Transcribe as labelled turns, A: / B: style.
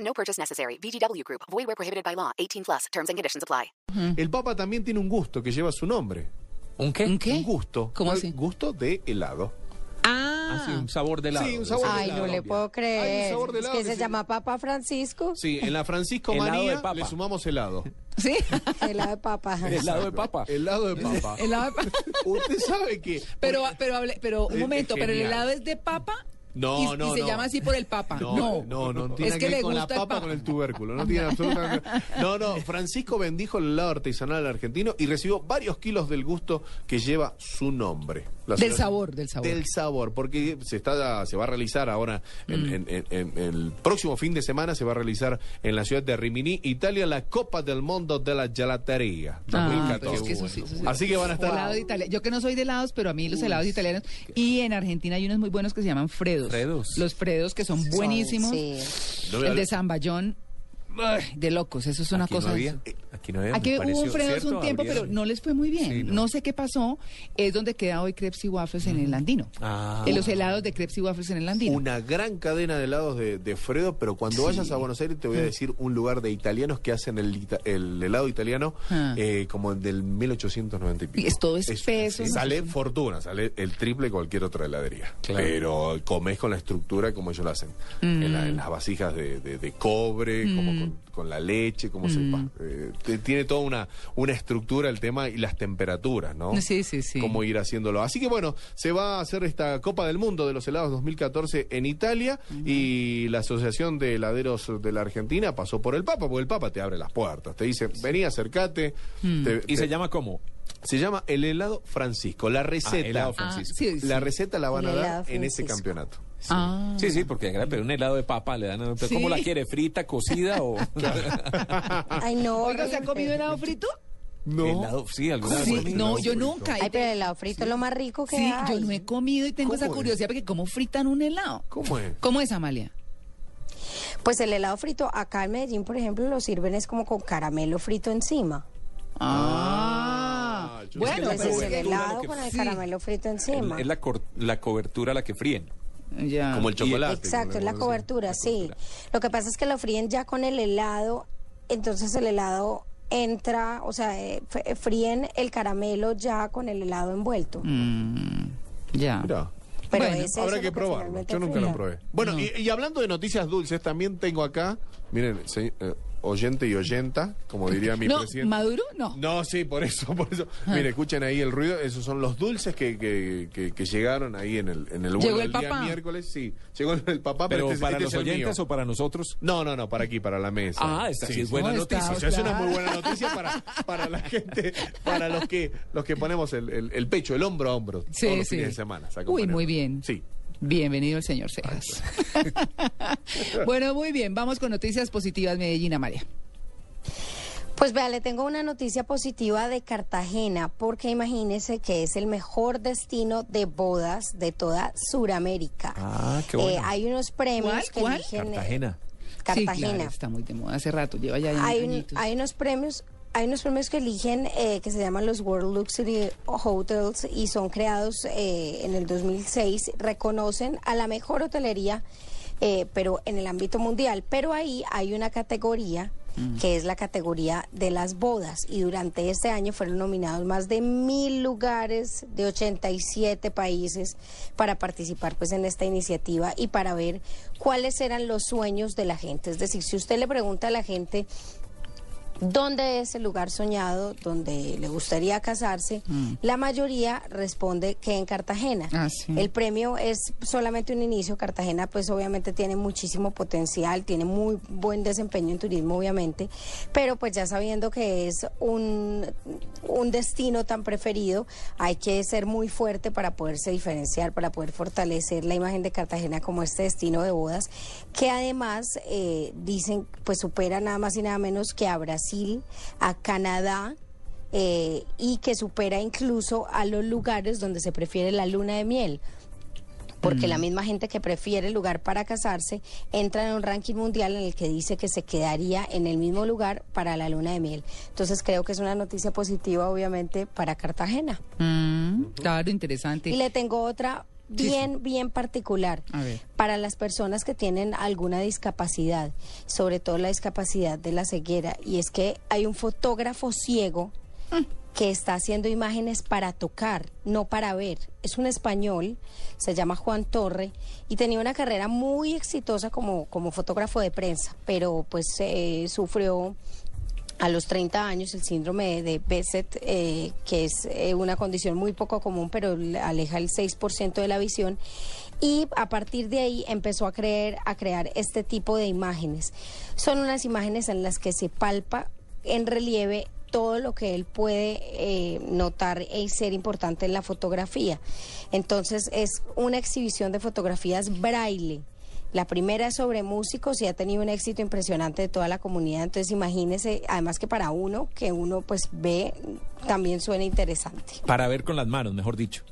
A: No purchase necessary. VGW Group. Void where prohibited by law. 18 plus. Terms and conditions apply.
B: El Papa también tiene un gusto que lleva su nombre.
C: ¿Un qué?
D: ¿Un qué?
B: Un gusto.
D: ¿Cómo
B: Un
D: así?
B: Gusto de helado.
D: Ah,
C: Sí, un sabor de helado.
B: Sí, un sabor de
E: Ay,
B: helado.
E: no le puedo
B: Hay un
E: creer.
B: sabor de
E: Es
B: helado
E: que
B: que
E: se
B: se-
E: llama Papa Francisco.
B: Sí, en la Francisco
C: Helado de
B: María
C: papa.
B: le sumamos helado.
D: sí.
E: Helado de papa.
C: Helado de papa.
B: Helado de papa.
D: El helado de papa.
B: Usted sabe que...
D: Pero, pero, hable- pero
B: Es-
D: un
B: es
D: momento, pero el
B: genial.
D: helado es de papa.
B: No,
D: y, y
B: no,
D: se
B: no.
D: llama así por el papa.
B: No,
D: No,
B: no, no, tiene
D: Es que
B: ver
D: le
B: con la
D: gusta el
B: papa,
D: papa.
B: con el tubérculo, no tiene absolutamente No, no, Francisco bendijo el helado artesanal argentino y recibió varios kilos del gusto que lleva su nombre. La
D: Del
B: señora-
D: sabor, del sabor.
B: Del sabor, porque se está se va a realizar ahora en-
D: Mm.
B: en- en- en- el próximo fin de semana se va a realizar en la ciudad de Rimini, Italia, la Copa del Mundo de la Gelatería
D: Ah,
B: 2014.
D: pero es que eso sí, eso sí.
B: Así que van a estar
D: Helado de Italia. Yo que no soy de helados, pero a mí los helados italianos. Y en Argentina hay unos muy buenos que se llaman Fredos.
C: Fredos.
D: Los Fredos que son buenísimos.
E: Sí.
B: No me
D: El de
B: hable-
D: Zamballón. ay, De locos, eso es una
C: Aquí no
D: cosa.
C: había, aquí no había,
D: Aquí
C: me
D: hubo
C: pareció,
D: un Fredos
C: ¿cierto?
D: un tiempo, pero
C: Abrieron.
D: no les fue muy bien.
C: Sí, no.
D: no. sé qué pasó. Es donde queda hoy Crepes y Waffles en el Andino.
C: Ah.
D: En los helados de Crepes y Waffles en el Andino.
B: Una gran cadena de helados de, de Fredo, pero cuando vayas a Buenos Aires te
D: Mm.
B: voy a decir un lugar de italianos que hacen el, ita- el helado italiano
D: Ah.
B: eh, como del 1890 y pico.
D: Y es todo espeso, ¿no?
B: Sale fortuna, sale el triple de cualquier otra heladería.
C: Claro.
B: Pero comés con la estructura como ellos lo hacen. En,
D: Mm.
B: la- en las vasijas de, de- de cobre, como con, con la leche, como se...
D: Mm.
B: pa- eh, te- tiene toda una, una estructura el tema y las temperaturas, ¿no?
D: Sí, sí, sí.
B: Cómo ir haciéndolo. Así que bueno, se va a hacer esta Copa del Mundo de los helados 2014 en Italia y la Asociación de Heladeros de la Argentina pasó por el Papa, porque el Papa te abre las puertas, te dice, vení, acércate. te-
C: ¿Y
B: te- Ah,
C: se llama cómo?
B: se llama el helado Francisco, la receta.
C: helado Francisco.
D: Ah, sí, sí.
B: La receta la van a
E: El
B: dar
E: helado
B: en ese
E: Francisco.
B: campeonato.
D: Ah.
C: Sí, sí, porque pero un helado de papa le dan. a-
D: Sí.
C: ¿Cómo la quiere? ¿Frita, cocida o.?
E: Ay, no.
D: Oiga, ¿se ha
E: horrible.
D: comido helado frito?
C: Helado, sí, alguna vez
D: Sí,
C: comí
D: no,
C: helado
D: yo
C: frito.
D: nunca.
E: Ay, pero el helado frito es lo más rico que
D: Sí,
E: hay.
D: yo no he comido y tengo
B: ¿Cómo
D: esa
B: es?
D: curiosidad porque cómo fritan un helado.
B: ¿Cómo es?
D: ¿Cómo es, Amalia?
E: Pues el helado frito, acá en Medellín, por ejemplo, lo sirven es como con caramelo frito encima.
D: Ah,
B: Ah, yo
D: bueno, pues,
B: pensé que
E: Entonces
B: ese
E: es
D: pero
E: el
D: es
B: bueno,
E: helado
B: lo que-
E: con el
D: sí.
E: caramelo frito encima.
C: Es la, cor- la cobertura la que fríen.
D: que- ya.
B: Como el chocolate.
E: Exacto, es la
B: como le conocen.
E: cobertura, sí. Lo que pasa es que lo fríen ya con el helado, entonces el helado entra, o sea, eh, f- fríen el caramelo ya con el helado envuelto.
D: Mm, ya.
B: Mira.
E: Pero
D: Bueno,
E: ese
B: Habrá
E: es
B: que
E: lo
B: probarlo.
E: finalmente
B: Yo nunca
E: fríen.
B: lo probé. Bueno, y, y hablando de noticias dulces, también tengo acá, miren, se- eh, oyente y oyenta, como diría mi
D: no,
B: presidente.
D: Maduro, Ah. no.
B: No, sí, por eso, por eso. Mire, escuchen ahí el ruido. Esos son los dulces que, que, que- que llegaron ahí en el, en el vuelo
D: ¿Llegó el
B: del día
D: papá?
B: miércoles. Sí, llegó el
D: Ah,
B: papá, pero,
C: Pero
B: este es-
C: para
B: este
C: los
B: es el mío.
C: oyentes o para nosotros.
B: No, no, no, para aquí, para la mesa.
C: Ah, esta sí es buena
D: No, está-
C: noticia.
B: O sea, es una muy buena noticia para, para la gente, para los que los que ponemos el, el- el pecho, el hombro a hombro
D: Sí,
B: todos los
D: sí.
B: fines de semana. se
D: Uy,
B: acompañan.
D: muy bien.
B: Sí.
D: Bienvenido el señor Cejas.
B: pues.
D: bueno, muy bien. Vamos con noticias positivas, Medellín, Amalia.
E: Pues vea, le tengo una noticia positiva de Cartagena, porque imagínese que es el mejor destino de bodas de toda Sudamérica.
C: Ah, qué
E: Eh,
C: bueno.
E: hay unos premios
D: ¿Cuál?
E: que
D: ¿Cuál?
E: eligen, eh,
C: Cartagena.
E: Cartagena.
D: Sí, claro, está muy de moda hace rato. Lleva ya
E: hay, un-
D: añitos.
E: hay unos premios hay unos premios que eligen eh, que se llaman los World Luxury Hotels y son creados eh, en el 2006 reconocen a la mejor hotelería eh, pero en el ámbito mundial pero ahí hay una categoría que es la categoría de las bodas y durante este año fueron nominados más de mil lugares de 87 países para participar pues en esta iniciativa y para ver cuáles eran los sueños de la gente es decir si usted le pregunta a la gente ¿Dónde es el lugar soñado donde le gustaría casarse? La mayoría responde que en Cartagena.
D: Mm. Ah, sí.
E: El premio es solamente un inicio. Cartagena pues obviamente tiene muchísimo potencial, tiene muy buen desempeño en turismo obviamente, pero pues ya sabiendo que es un, un destino tan preferido, hay que ser muy fuerte para poderse diferenciar, para poder fortalecer la imagen de Cartagena como este destino de bodas, que además eh, dicen pues supera nada más y nada menos que a Brasil, a Canadá eh, y que supera incluso a los lugares donde se prefiere la luna de miel. Porque la misma gente que prefiere el lugar para casarse entra en un ranking mundial en el que dice que se quedaría en el mismo lugar para la luna de miel. Entonces creo que es una noticia positiva, obviamente, para Cartagena.
D: Mm, claro, interesante.
E: Y le tengo otra
D: Sí, sí.
E: bien, bien particular
D: A ver.
E: para las personas que tienen alguna discapacidad, sobre todo la discapacidad de la ceguera. Y es que hay un fotógrafo ciego
D: Ah.
E: que está haciendo imágenes para tocar, no para ver. Es un español, se llama Juan Torre, y tenía una carrera muy exitosa como, como fotógrafo de prensa, pero pues eh, sufrió a los 30 años el síndrome de Behçet, eh, que es eh, una condición muy poco común, pero le aleja el 6% de la visión. Y a partir de ahí empezó a, creer, a crear este tipo de imágenes. Son unas imágenes en las que se palpa en relieve todo lo que él puede eh, notar y ser importante en la fotografía. Entonces es una exhibición de fotografías braille. La primera es sobre músicos y ha tenido un éxito impresionante de toda la comunidad. Entonces imagínese, además que para uno, que uno pues ve, también suena interesante.
C: Para ver con las manos, mejor dicho.